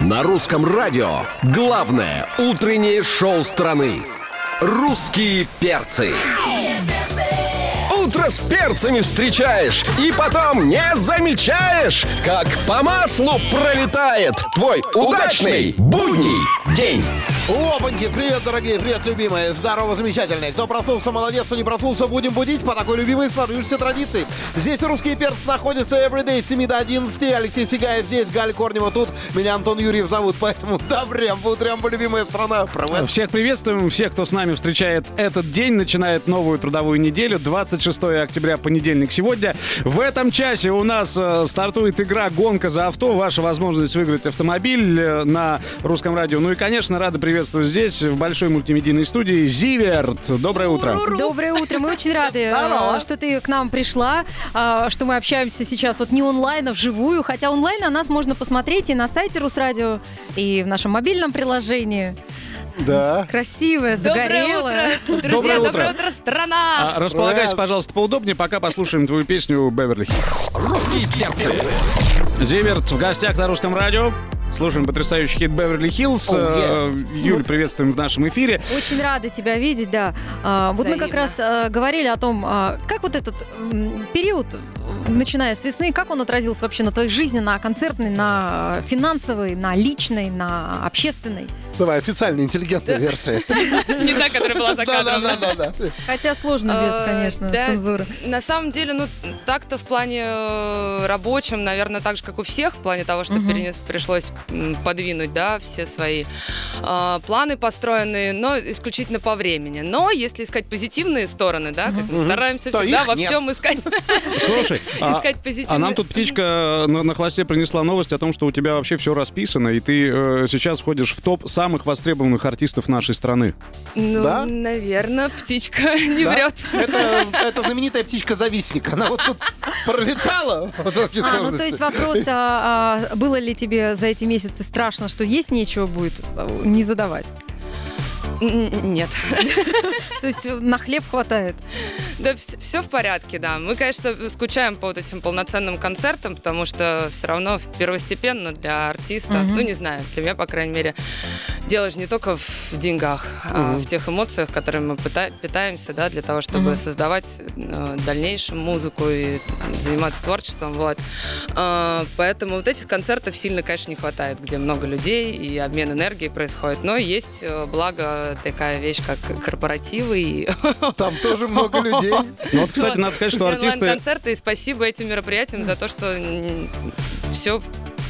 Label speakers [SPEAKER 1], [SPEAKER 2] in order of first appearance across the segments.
[SPEAKER 1] На русском радио главное утреннее шоу страны. Русские перцы. Утро с перцами встречаешь и потом не замечаешь, как по маслу пролетает твой удачный будний день.
[SPEAKER 2] Опаньки, привет, дорогие, привет, любимые, здорово, замечательные. Кто проснулся, молодец, кто не проснулся, будем будить по такой любимой сложившейся традиции. Здесь русские перцы находятся everyday с 7 до 11. Алексей Сигаев здесь, Галь Корнева тут, меня Антон Юрьев зовут, поэтому добрям, утрям, любимая страна. Привет.
[SPEAKER 3] Всех приветствуем, всех, кто с нами встречает этот день, начинает новую трудовую неделю, 26 октября, понедельник сегодня. В этом часе у нас э, стартует игра «Гонка за авто», ваша возможность выиграть автомобиль э, на русском радио. Ну и, конечно, рады приветствовать здесь, в большой мультимедийной студии, Зиверт. Доброе утро.
[SPEAKER 4] Доброе утро. Мы очень рады, э, что ты к нам пришла, а, что мы общаемся сейчас вот не онлайн, а вживую. Хотя онлайн на нас можно посмотреть и на сайте Русрадио, и в нашем мобильном приложении.
[SPEAKER 2] Да.
[SPEAKER 4] Красивая,
[SPEAKER 5] Доброе
[SPEAKER 4] загорелая.
[SPEAKER 5] утро, друзья,
[SPEAKER 3] Доброе
[SPEAKER 5] доброе
[SPEAKER 3] утро.
[SPEAKER 5] утро, страна!
[SPEAKER 3] А, Располагайся,
[SPEAKER 2] Привет.
[SPEAKER 3] пожалуйста, поудобнее, пока послушаем твою песню «Беверли».
[SPEAKER 1] Русские перцы.
[SPEAKER 3] Зиверт в гостях на русском радио. Слушаем потрясающий хит «Беверли Хиллз».
[SPEAKER 2] Oh,
[SPEAKER 3] Э, Юль, приветствуем в нашем эфире.
[SPEAKER 4] Очень рада тебя видеть, да. А, Вот мы как
[SPEAKER 5] Взаимно.
[SPEAKER 4] раз э, говорили о том, а, как вот этот м, период, э, начиная с весны, как он отразился вообще на твоей жизни, на концертной, на э, финансовой, на личной, на общественной.
[SPEAKER 2] Давай, официальная интеллигентная версия.
[SPEAKER 5] А. Не та, которая была за
[SPEAKER 2] Да, да,
[SPEAKER 5] кадром.
[SPEAKER 2] да, да, да.
[SPEAKER 4] Хотя сложный вес,
[SPEAKER 5] Э,
[SPEAKER 4] конечно,
[SPEAKER 5] да.
[SPEAKER 4] цензура.
[SPEAKER 5] На самом деле, ну, так-то в плане э, рабочем, наверное, так же, как у всех, в плане того, что
[SPEAKER 4] Мгм.
[SPEAKER 5] перенес, пришлось м, подвинуть, да, все свои э, планы построенные, но исключительно по времени. Но если искать позитивные стороны, да, как мы стараемся
[SPEAKER 2] То
[SPEAKER 5] всегда
[SPEAKER 2] их
[SPEAKER 5] во
[SPEAKER 2] нет.
[SPEAKER 5] всем искать,
[SPEAKER 3] Слушай, а-
[SPEAKER 5] искать позитивные...
[SPEAKER 3] А нам тут птичка э, на, на хвосте принесла новость о том, что у тебя вообще все расписано, и ты э, сейчас входишь в топ самых востребованных артистов нашей страны.
[SPEAKER 5] Ну,
[SPEAKER 2] Да?
[SPEAKER 5] наверное, птичка не
[SPEAKER 2] Да?
[SPEAKER 5] врет.
[SPEAKER 2] Это, это знаменитая птичка-завистник. Она вот тут пролетала. Вот так,
[SPEAKER 4] А, ну то есть вопрос, а, а, было ли тебе за эти месяцы страшно, что есть нечего будет а, не задавать?
[SPEAKER 5] Н- н- Нет.
[SPEAKER 4] То есть э, на хлеб хватает?
[SPEAKER 5] Да, все, в порядке, да. Мы, конечно, скучаем по вот этим полноценным концертам, потому что все равно первостепенно для артиста,
[SPEAKER 4] Мгм.
[SPEAKER 5] ну не знаю, для меня, по крайней мере, дело же не только в деньгах, а в тех эмоциях, которыми мы пыта- питаемся, да, для того, чтобы
[SPEAKER 4] Мгм.
[SPEAKER 5] создавать э, в дальнейшем музыку и заниматься творчеством, вот. Э, поэтому вот этих концертов сильно, конечно, не хватает, где много людей и обмен энергией происходит. Но есть, э, благо, такая вещь, как корпоративы и
[SPEAKER 2] Там тоже много людей.
[SPEAKER 3] Ну вот, кстати, надо сказать, что артисты,
[SPEAKER 5] концерты и спасибо этим мероприятиям за то, что все в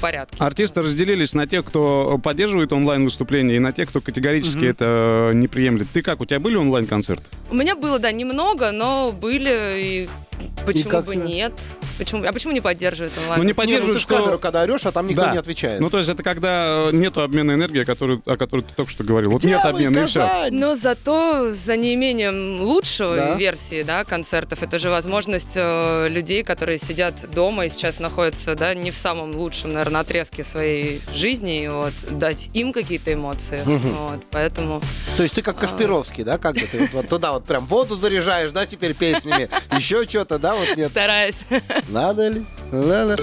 [SPEAKER 5] порядке.
[SPEAKER 3] артисты разделились на тех, кто поддерживает онлайн-выступления, и на тех, кто категорически это не приемлет. Ты как, у тебя были онлайн-концерты?
[SPEAKER 5] У меня было, да, немного, но были и
[SPEAKER 2] И
[SPEAKER 5] почему
[SPEAKER 2] как
[SPEAKER 5] бы
[SPEAKER 2] тебе?
[SPEAKER 5] нет. Почему, а почему не поддерживают
[SPEAKER 3] Ну,
[SPEAKER 5] онлайн?
[SPEAKER 3] не
[SPEAKER 2] Не, ну ты
[SPEAKER 3] поддерживают,
[SPEAKER 2] ж в камеру,
[SPEAKER 3] что...
[SPEAKER 2] когда орешь, а там никто
[SPEAKER 3] Да.
[SPEAKER 2] не отвечает.
[SPEAKER 3] Ну, то есть это когда э, нету обмена энергии, который, о которой ты только что говорил. Вот нет обмена, и все.
[SPEAKER 5] Но зато за неимением лучшего
[SPEAKER 2] Да.
[SPEAKER 5] версии да, концертов, это же возможность э, людей, которые сидят дома и сейчас находятся да, не в самом лучшем, наверное, отрезке своей жизни, и вот, дать им какие-то эмоции. Вот, поэтому
[SPEAKER 2] То есть ты как Кашпировский, да, как бы ты вот- вот туда вот прям воду заряжаешь, да, теперь песнями, еще что-то, да, вот нет.
[SPEAKER 5] стараюсь.
[SPEAKER 2] Надо ли? Надо.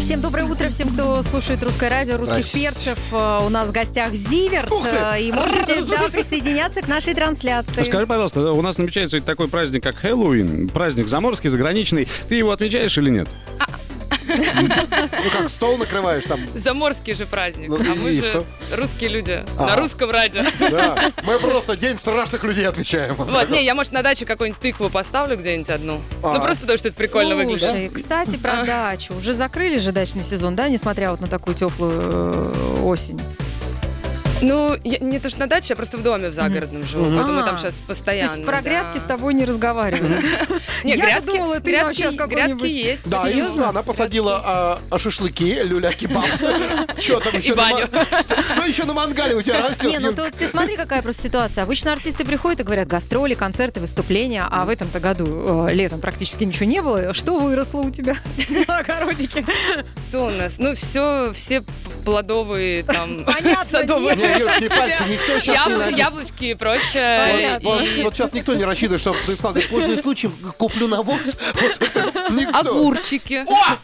[SPEAKER 4] Всем доброе утро, всем, кто слушает русское радио, русских
[SPEAKER 2] Здрасте.
[SPEAKER 4] перцев. Э, У нас в гостях Зиверт.
[SPEAKER 2] Ух ты!
[SPEAKER 4] э, И можете да, присоединяться к нашей трансляции.
[SPEAKER 3] Скажи, пожалуйста, у нас намечается ведь такой праздник, как Хэллоуин, праздник заморский, заграничный. Ты его отмечаешь или нет?
[SPEAKER 2] Ну как, стол накрываешь там.
[SPEAKER 5] Заморский же праздник.
[SPEAKER 2] Ну,
[SPEAKER 5] а
[SPEAKER 2] и
[SPEAKER 5] мы же
[SPEAKER 2] что?
[SPEAKER 5] русские люди.
[SPEAKER 2] А.
[SPEAKER 5] На русском радио.
[SPEAKER 2] Да. Мы просто день страшных людей отмечаем.
[SPEAKER 5] Вот, не, я, может, на даче какую-нибудь тыкву поставлю где-нибудь одну.
[SPEAKER 2] А.
[SPEAKER 5] Ну, просто потому что это прикольно выглядит.
[SPEAKER 4] Слушай, кстати, про дачу. Уже закрыли же дачный сезон, да, несмотря вот на такую теплую э, осень.
[SPEAKER 5] Ну, я не то что на даче, я просто в доме в загородном живу. Поэтому
[SPEAKER 4] А.
[SPEAKER 5] там сейчас
[SPEAKER 4] То
[SPEAKER 5] постоянно.
[SPEAKER 4] есть про
[SPEAKER 5] да.
[SPEAKER 4] грядки с тобой не разговаривали.
[SPEAKER 5] Не,
[SPEAKER 4] Я
[SPEAKER 5] грядки,
[SPEAKER 4] думала, ты нам
[SPEAKER 5] грядки,
[SPEAKER 4] сейчас
[SPEAKER 5] грядки
[SPEAKER 4] какой-нибудь-
[SPEAKER 5] есть.
[SPEAKER 2] Да, и
[SPEAKER 4] Серьезно?
[SPEAKER 2] она посадила а, а шашлыки, люля кебаб. Что там еще? на
[SPEAKER 5] баню.
[SPEAKER 2] ман- Что- Что еще на мангале у тебя растет?
[SPEAKER 4] Не, ну
[SPEAKER 2] Юль?
[SPEAKER 4] тут ты смотри, какая просто ситуация. Обычно артисты приходят и говорят, гастроли, концерты, выступления, а в этом-то году э, летом практически ничего не было. Что выросло у тебя на огородике?
[SPEAKER 5] Что у нас? Ну, все, все п- плодовые там
[SPEAKER 4] Понятно,
[SPEAKER 5] садовые.
[SPEAKER 2] Не, Юль, не пальцы, никто сейчас не
[SPEAKER 5] Ябл-
[SPEAKER 2] найдет.
[SPEAKER 5] яблочки и прочее.
[SPEAKER 4] Понятно.
[SPEAKER 2] Вот,
[SPEAKER 5] И-
[SPEAKER 2] вот сейчас никто не рассчитывает, что ты сказал, говорит, пользуясь случаем, куплю навоз. Вот это никто.
[SPEAKER 5] Огурчики.
[SPEAKER 2] О!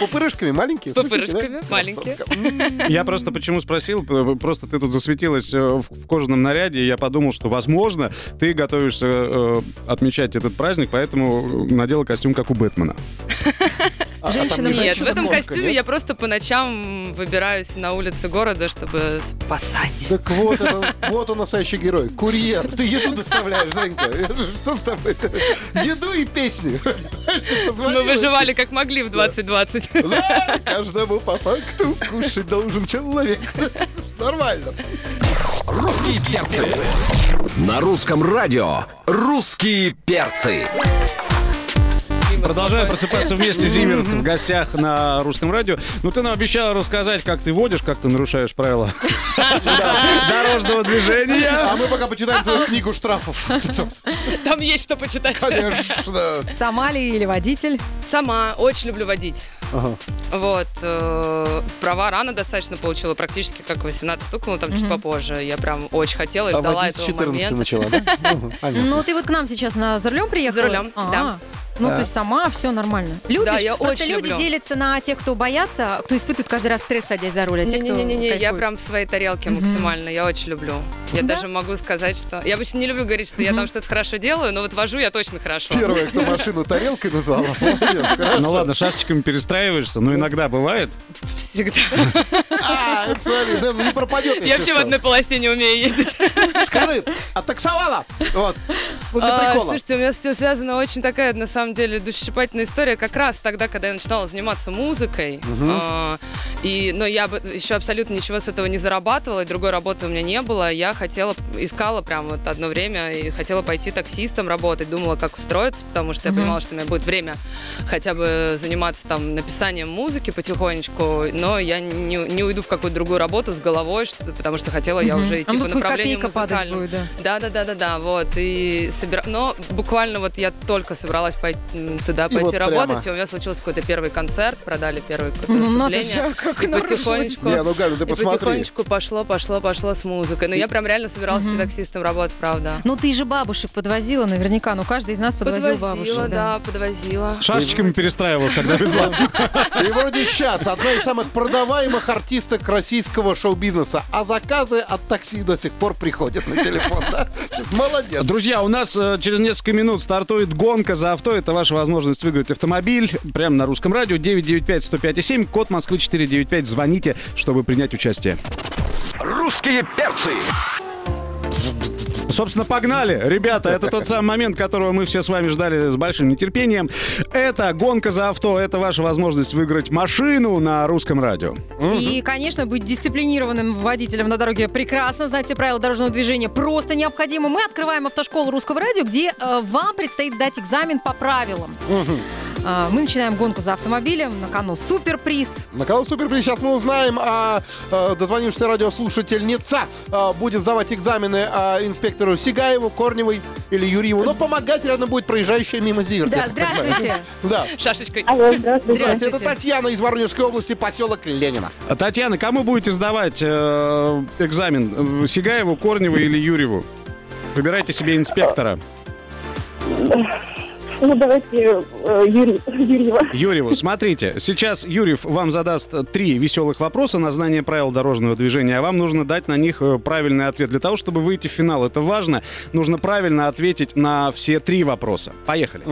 [SPEAKER 2] Пупырышками маленькие?
[SPEAKER 5] Пупырышками
[SPEAKER 2] Пупырышки, да?
[SPEAKER 5] маленькие.
[SPEAKER 2] Красотка. М,
[SPEAKER 3] Я просто почему спросил, п- просто ты тут засветилась э, в, в кожаном наряде, и я подумал, что, возможно, ты готовишься э, отмечать этот праздник, поэтому э, надела костюм, как у Бэтмена.
[SPEAKER 2] а- а там
[SPEAKER 4] Женщина
[SPEAKER 2] не
[SPEAKER 4] мне-
[SPEAKER 5] Нет, в
[SPEAKER 2] женщина,
[SPEAKER 5] этом
[SPEAKER 2] кошка,
[SPEAKER 5] костюме
[SPEAKER 2] нет?
[SPEAKER 5] я просто по ночам выбираюсь на улицы города, чтобы спасать.
[SPEAKER 2] Так вот, это- вот он настоящий герой. Курьер. Ты еду доставляешь, Женька. Что с тобой? Еду и песни.
[SPEAKER 5] Мы Ну,
[SPEAKER 2] Позвонила.
[SPEAKER 5] выживали как могли в 2020.
[SPEAKER 2] Да, Каждому по факту кушать должен человек. Нормально.
[SPEAKER 1] Русские перцы. На русском радио. Русские перцы.
[SPEAKER 3] Продолжаю просыпаться вместе, Зиммер, в гостях на русском радио. Ну, ты нам обещала рассказать, как ты водишь, как ты нарушаешь правила дорожного движения.
[SPEAKER 2] А мы пока почитаем твою книгу штрафов.
[SPEAKER 5] Там есть что почитать.
[SPEAKER 2] Конечно.
[SPEAKER 4] Сама ли или водитель?
[SPEAKER 5] Сама очень люблю водить. Вот. э, права рано достаточно получила, практически как 18 стукнула, там чуть попозже. Я прям очень хотела и
[SPEAKER 2] А
[SPEAKER 5] ждала
[SPEAKER 2] водить с
[SPEAKER 5] этого
[SPEAKER 2] 14
[SPEAKER 5] момента.
[SPEAKER 2] начала, да? Мгм, понятно.
[SPEAKER 4] Ну, ты вот к нам сейчас на за рулем приехала?
[SPEAKER 5] За рулем,
[SPEAKER 4] А,
[SPEAKER 5] да.
[SPEAKER 4] Ну, то есть сама все нормально. Любишь?
[SPEAKER 5] я
[SPEAKER 4] Просто
[SPEAKER 5] очень
[SPEAKER 4] люди
[SPEAKER 5] люблю.
[SPEAKER 4] делятся на тех, кто боятся, кто испытывает каждый раз стресс, садясь за руль, а те, кто
[SPEAKER 5] Не-не-не, я
[SPEAKER 4] кайфует.
[SPEAKER 5] прям в своей тарелке максимально, я очень люблю. Я даже могу сказать, что... Я обычно не люблю говорить, что я там что-то хорошо делаю, но вот вожу я точно хорошо.
[SPEAKER 2] Первая, кто машину тарелкой назвала. Молодец, хорошо.
[SPEAKER 3] Ну ладно, шашечками перестраиваешься, но иногда бывает.
[SPEAKER 5] Всегда.
[SPEAKER 2] А, это смотри, да, не пропадет. если
[SPEAKER 5] Я вообще в
[SPEAKER 2] что.
[SPEAKER 5] одной полосе не умею ездить.
[SPEAKER 2] Скажи, оттаксовала? Вот. Ну, для
[SPEAKER 5] А,
[SPEAKER 2] прикола.
[SPEAKER 5] Слушайте, у меня с этим связана очень такая, на самом деле, душесчипательная история. Как раз тогда, когда я начинала заниматься музыкой, а, и, но я бы еще абсолютно ничего с этого не зарабатывала, и другой работы у меня не было. Я хотела, искала прям вот одно время, и хотела пойти таксистом работать, думала, как устроиться, потому что я понимала, что у меня будет время хотя бы заниматься там написанием музыки потихонечку, но я не, не уйду в какую-то другую работу с головой, что- потому что хотела я
[SPEAKER 4] Мгм.
[SPEAKER 5] уже
[SPEAKER 4] А
[SPEAKER 5] идти
[SPEAKER 4] тут
[SPEAKER 5] по
[SPEAKER 4] хоть
[SPEAKER 5] направлению
[SPEAKER 4] копейка падать
[SPEAKER 5] музыкальному.
[SPEAKER 4] будет, да.
[SPEAKER 5] Да, да, да, да, да, вот. И собира... Но буквально вот я только собралась пой- м, туда
[SPEAKER 2] И
[SPEAKER 5] пойти
[SPEAKER 2] вот прямо.
[SPEAKER 5] работать, и у меня случился какой-то первый концерт, продали первый какое-то
[SPEAKER 4] Ну, надо
[SPEAKER 5] выступление.
[SPEAKER 4] же, как
[SPEAKER 5] и
[SPEAKER 4] нарушилась.
[SPEAKER 5] потихонечку.
[SPEAKER 2] Не, ну, Галя, ты
[SPEAKER 5] и
[SPEAKER 2] посмотри.
[SPEAKER 5] потихонечку пошло, пошло, пошло с музыкой. Но я прям реально собиралась идти таксистом работать, правда.
[SPEAKER 4] Ну, ты же бабушек подвозила наверняка, ну, каждый из нас подвозил бабушек.
[SPEAKER 5] да, подвозила.
[SPEAKER 3] Шашечками перестраивалась, когда везла.
[SPEAKER 2] И вроде сейчас одна из самых продаваемых артисток российского шоу-бизнеса. А заказы от такси до сих пор приходят на телефон. да? Молодец.
[SPEAKER 3] Друзья, у нас э, через несколько минут стартует гонка за авто. Это ваша возможность выиграть автомобиль прямо на русском радио 995-105-7, код Москвы 495. Звоните, чтобы принять участие.
[SPEAKER 1] Русские перцы.
[SPEAKER 3] Собственно, погнали. Ребята, это тот самый момент, которого мы все с вами ждали с большим нетерпением. Это гонка за авто. Это ваша возможность выиграть машину на русском радио.
[SPEAKER 4] И, конечно, быть дисциплинированным водителем на дороге прекрасно. Знаете, правила дорожного движения просто необходимо. Мы открываем автошколу русского радио, где э, вам предстоит дать экзамен по правилам. А, Мы начинаем гонку за автомобилем. На кону суперприз.
[SPEAKER 2] На канал Суперприз сейчас мы узнаем, а, а, дозвонившаяся радиослушательница а, будет сдавать экзамены а, инспектору Сигаеву, Корневой или Юрьеву. Но помогать рядом будет проезжающая мимо Зиверт. я
[SPEAKER 4] Да,
[SPEAKER 2] так понимаю.
[SPEAKER 4] здравствуйте.
[SPEAKER 2] Да.
[SPEAKER 5] Шашечкой.
[SPEAKER 6] Алло, здравствуйте.
[SPEAKER 2] Здравствуйте, это Татьяна из Воронежской области, поселок Ленина.
[SPEAKER 3] А, Татьяна, кому будете сдавать э, экзамен? Э, Сигаеву, Корневу или Юрьеву? Выбирайте себе инспектора.
[SPEAKER 6] Ну, давайте э, Юрий, Юрьева.
[SPEAKER 3] Юрьеву, смотрите, сейчас Юрьев вам задаст три веселых вопроса на знание правил дорожного движения, а вам нужно дать на них э, правильный ответ. Для того, чтобы выйти в финал, это важно, нужно правильно ответить на все три вопроса. Поехали.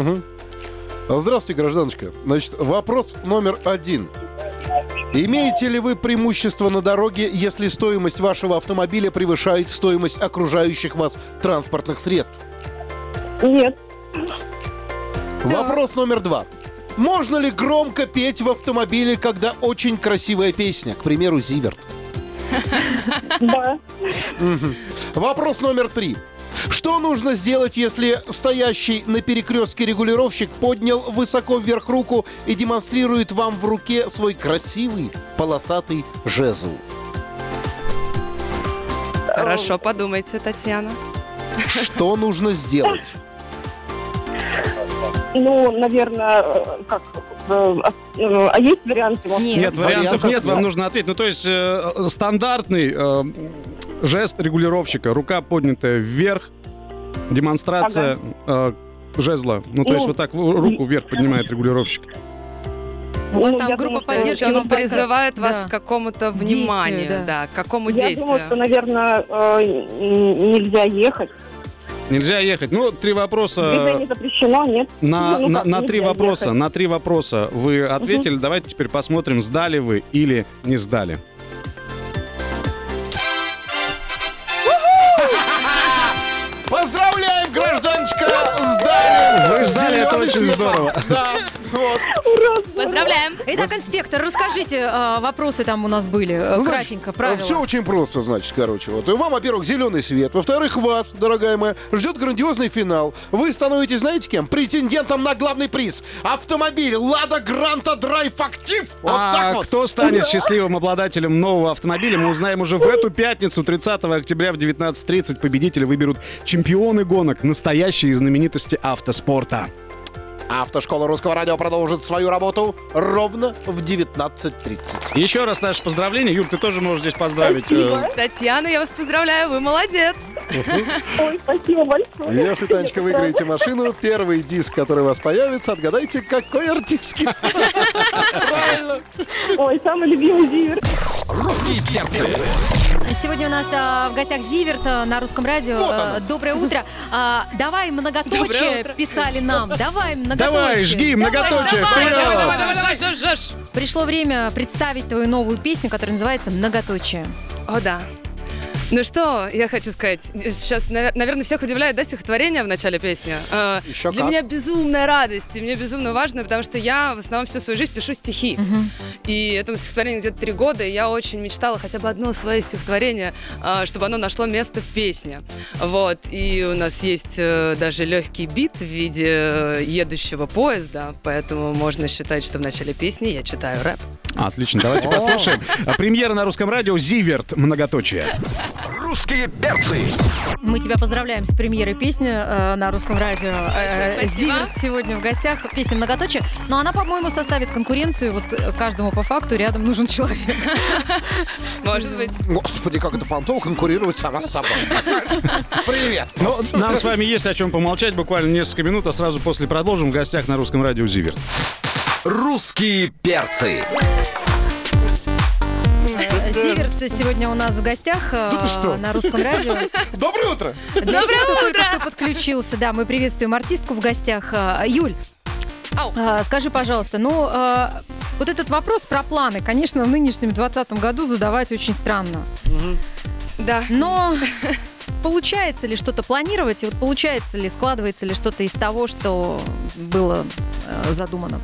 [SPEAKER 2] Здравствуйте, гражданочка. Значит, вопрос номер один. Имеете ли вы преимущество на дороге, если стоимость вашего автомобиля превышает стоимость окружающих вас транспортных средств?
[SPEAKER 6] Нет,
[SPEAKER 2] Вопрос номер два. Можно ли громко петь в автомобиле, когда очень красивая песня? К примеру, Зиверт.
[SPEAKER 6] да,
[SPEAKER 2] Вопрос номер три. Что нужно сделать, если стоящий на перекрестке регулировщик поднял высоко вверх руку и демонстрирует вам в руке свой красивый полосатый жезл?
[SPEAKER 5] Хорошо, подумайте, Татьяна.
[SPEAKER 2] Что нужно сделать?
[SPEAKER 6] ну, наверное, э, как, э, а, э, а есть варианты? может?
[SPEAKER 4] Нет.
[SPEAKER 3] Нет вариантов,
[SPEAKER 2] Вариантов
[SPEAKER 3] нет, вам
[SPEAKER 2] нет.
[SPEAKER 3] нужно ответить. Ну, то есть э, э, стандартный э, жест регулировщика, рука поднятая вверх, демонстрация э, жезла. Ну, то есть
[SPEAKER 6] Ну.
[SPEAKER 3] вот так в- руку вверх поднимает регулировщик.
[SPEAKER 4] У вас
[SPEAKER 6] Ну,
[SPEAKER 4] там
[SPEAKER 6] я
[SPEAKER 4] группа
[SPEAKER 6] думаю, что-
[SPEAKER 5] То есть
[SPEAKER 4] поддержки
[SPEAKER 5] он
[SPEAKER 4] вам подска-
[SPEAKER 5] призывает вас
[SPEAKER 4] Да.
[SPEAKER 5] к какому-то
[SPEAKER 4] Действию,
[SPEAKER 5] вниманию,
[SPEAKER 4] да.
[SPEAKER 5] да. к какому
[SPEAKER 6] Я
[SPEAKER 5] действию.
[SPEAKER 6] думаю, что, наверное, э, н- нельзя ехать.
[SPEAKER 3] Нельзя ехать. Ну, три вопроса.
[SPEAKER 6] Движение запрещено, нет?
[SPEAKER 3] На,
[SPEAKER 6] Ну,
[SPEAKER 3] на,
[SPEAKER 6] как,
[SPEAKER 3] на
[SPEAKER 6] нельзя
[SPEAKER 3] три вопроса,
[SPEAKER 6] ехать.
[SPEAKER 3] на три вопроса вы ответили. Давайте теперь посмотрим, сдали вы или не сдали.
[SPEAKER 2] Поздравляем, гражданочка, сдали.
[SPEAKER 3] Вы сдали, это
[SPEAKER 2] Зелёный
[SPEAKER 3] очень
[SPEAKER 2] свет.
[SPEAKER 3] здорово.
[SPEAKER 2] Да, вот.
[SPEAKER 5] Поздравляем!
[SPEAKER 4] Итак, инспектор, расскажите, а, вопросы там у нас были, э,
[SPEAKER 2] Ну,
[SPEAKER 4] кратенько, правила.
[SPEAKER 2] Все очень просто, значит, короче. Вот. И Вам, во-первых, зеленый свет. Во-вторых, вас, дорогая моя, ждет грандиозный финал. Вы становитесь, знаете кем? Претендентом на главный приз. Автомобиль Лада Гранта Драйв Актив. Вот
[SPEAKER 3] а
[SPEAKER 2] так вот.
[SPEAKER 3] кто станет счастливым обладателем нового автомобиля, мы узнаем уже в эту пятницу, 30 октября в 19.30. Победители выберут чемпионы гонок, настоящие знаменитости автоспорта.
[SPEAKER 2] Автошкола Русского Радио продолжит свою работу ровно в 19.30.
[SPEAKER 3] Еще раз наше поздравление. Юль, ты тоже можешь здесь поздравить. э,
[SPEAKER 5] Татьяна, я вас поздравляю, вы молодец!
[SPEAKER 6] Ой, спасибо большое.
[SPEAKER 2] Если, Танечка, выиграете машину, первый диск, который у вас появится, отгадайте, какой артистки. Правильно.
[SPEAKER 6] Ой, самый любимый зиверт.
[SPEAKER 1] Русские перцы.
[SPEAKER 4] Сегодня у нас а, в гостях Зиверт а, на русском радио.
[SPEAKER 2] Вот
[SPEAKER 4] Э,
[SPEAKER 2] оно.
[SPEAKER 4] Доброе утро. А, Давай
[SPEAKER 5] Доброе
[SPEAKER 4] многоточие
[SPEAKER 5] утро.
[SPEAKER 4] писали нам. Давай многоточие.
[SPEAKER 3] Давай, жги, многоточие,
[SPEAKER 5] Давай,
[SPEAKER 3] вперед!
[SPEAKER 5] давай, давай, давай, давай, жжешь, жжешь.
[SPEAKER 4] Пришло время представить твою новую песню, которая называется «Многоточие».
[SPEAKER 5] О, да. Ну что, я хочу сказать, сейчас, наверное, всех удивляет, да, стихотворение в начале песни? Э,
[SPEAKER 2] Ещё
[SPEAKER 5] Для
[SPEAKER 2] как.
[SPEAKER 5] меня безумная радость, и мне безумно важно, потому что я в основном всю свою жизнь пишу стихи. И этому стихотворению где-то три года, и я очень мечтала хотя бы одно свое стихотворение, э, чтобы оно нашло место в песне. Вот, и у нас есть э, даже легкий бит в виде э, едущего поезда, поэтому можно считать, что в начале песни я читаю рэп.
[SPEAKER 3] А, Отлично, давайте послушаем. А, Премьера на русском радио «Зиверт. Многоточие».
[SPEAKER 1] Русские перцы.
[SPEAKER 4] Мы тебя поздравляем с премьерой песни э, на русском радио. Э,
[SPEAKER 5] Большое спасибо.
[SPEAKER 4] Зиверт сегодня в гостях. Песня «Многоточие». Но она, по-моему, составит конкуренцию. Вот э, каждому по факту рядом нужен человек.
[SPEAKER 5] Может быть.
[SPEAKER 2] Господи, как это понтово конкурировать сама с собой. Привет.
[SPEAKER 3] Ну, нам с вами есть о чем помолчать буквально несколько минут, а сразу после продолжим в гостях на русском радио «Зиверт».
[SPEAKER 1] Русские перцы.
[SPEAKER 4] Э, Зиверт сегодня у нас в гостях э, на русском радио.
[SPEAKER 2] Доброе утро.
[SPEAKER 4] Для тех, кто только что подключился, да, мы приветствуем артистку в гостях. А, Юль,
[SPEAKER 5] Ау.
[SPEAKER 4] а, скажи, пожалуйста, ну, а, вот этот вопрос про планы, конечно, в нынешнем 2020 году задавать очень странно.
[SPEAKER 5] Да.
[SPEAKER 4] Но получается ли что-то планировать, и вот получается ли, складывается ли что-то из того, что было э, задумано?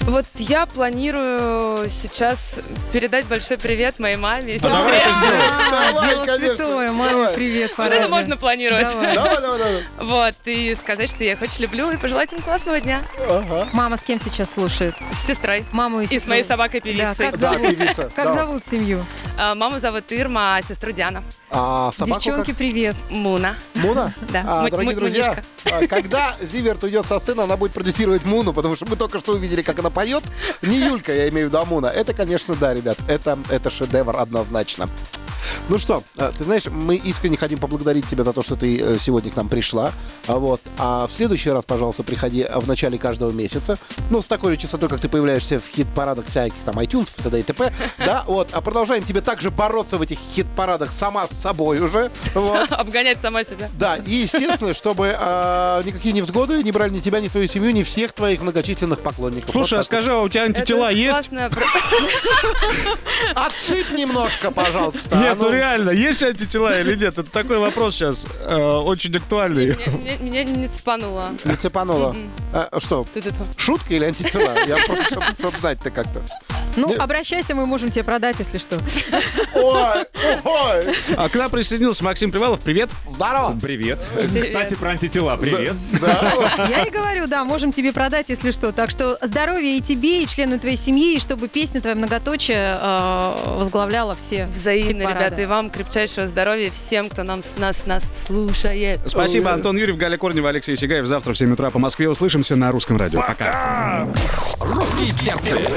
[SPEAKER 5] Вот я планирую сейчас передать большой привет моей маме. и сестре.
[SPEAKER 3] давай это сделаем.
[SPEAKER 2] Давай,
[SPEAKER 4] Святое,
[SPEAKER 2] конечно.
[SPEAKER 4] маме
[SPEAKER 2] Давай.
[SPEAKER 4] привет.
[SPEAKER 5] Вот это можно планировать.
[SPEAKER 4] Давай.
[SPEAKER 2] Давай, давай, давай.
[SPEAKER 5] Вот, и сказать, что я их очень люблю, и пожелать им классного дня.
[SPEAKER 2] Ага.
[SPEAKER 4] Мама с кем сейчас слушает?
[SPEAKER 5] С сестрой.
[SPEAKER 4] Маму и
[SPEAKER 5] И с моей
[SPEAKER 4] сестру?
[SPEAKER 5] собакой-певицей.
[SPEAKER 4] Да, как
[SPEAKER 2] Да,
[SPEAKER 4] зовут?
[SPEAKER 2] певица.
[SPEAKER 4] Как
[SPEAKER 2] Давай.
[SPEAKER 4] зовут семью?
[SPEAKER 5] А, Маму зовут Ирма, а сестру Диана.
[SPEAKER 2] А собаку
[SPEAKER 4] Девчонки, привет.
[SPEAKER 5] Муна.
[SPEAKER 2] как? Муна?
[SPEAKER 5] Да.
[SPEAKER 2] А,
[SPEAKER 5] Му-
[SPEAKER 2] дорогие
[SPEAKER 5] му-
[SPEAKER 2] друзья,
[SPEAKER 5] Мунишка.
[SPEAKER 2] а, когда Зиверт уйдет со сцены, она будет продюсировать Муну, потому что мы только что увидели, как она поет. Не Юлька, я имею в виду, а Муна. Это, конечно, да, ребят, это, это шедевр однозначно. Ну что, а, ты знаешь, мы искренне хотим поблагодарить тебя за то, что ты э, сегодня к нам пришла. А Вот. А в следующий раз, пожалуйста, приходи э, в начале каждого месяца. Ну, с такой же частотой, как ты появляешься в хит-парадах всяких там iTunes, т.д. и т.п. Да, вот. А продолжаем тебе также бороться в этих хит-парадах сама с собой уже. Вот.
[SPEAKER 5] Обгонять сама себя.
[SPEAKER 2] Да, и естественно, чтобы а, никакие невзгоды не брали ни тебя, ни твою семью, ни всех твоих многочисленных поклонников.
[SPEAKER 3] Слушай, а
[SPEAKER 2] Вот так
[SPEAKER 3] скажи, а у тебя антитела
[SPEAKER 5] Это
[SPEAKER 3] есть?
[SPEAKER 5] классная про-
[SPEAKER 2] вот. Отсыпь немножко, пожалуйста. а
[SPEAKER 3] Нет, ну
[SPEAKER 2] ну.
[SPEAKER 3] реально, есть антитела или нет? Это такой вопрос сейчас э, очень актуальный.
[SPEAKER 5] Меня- Меня меня не цепануло.
[SPEAKER 2] Не цепануло. А, Что,
[SPEAKER 5] Ты- ты- ты.
[SPEAKER 2] шутка или антитела? Я просто, чтобы знать-то как-то.
[SPEAKER 4] Ну,
[SPEAKER 2] Не-
[SPEAKER 4] обращайся, мы можем тебе продать, если что.
[SPEAKER 2] Ой, ой.
[SPEAKER 3] А к нам присоединился Максим Привалов. Привет.
[SPEAKER 2] Здорово.
[SPEAKER 7] Привет. Кстати, про антитела. Привет.
[SPEAKER 4] Я и говорю, да, можем тебе продать, если что. Так что здоровья и тебе, и члену твоей семьи, и чтобы песня твоя многоточие э, возглавляла все.
[SPEAKER 5] Взаимно,
[SPEAKER 4] хит-парады.
[SPEAKER 5] ребята, и вам крепчайшего здоровья, всем, кто нам с- нас нас слушает.
[SPEAKER 3] Спасибо, Антон Юрьев, Галя Корнева, Алексей Сигаев. Завтра в 7 утра по Москве услышимся на русском радио. Пока.
[SPEAKER 1] Русские перцы.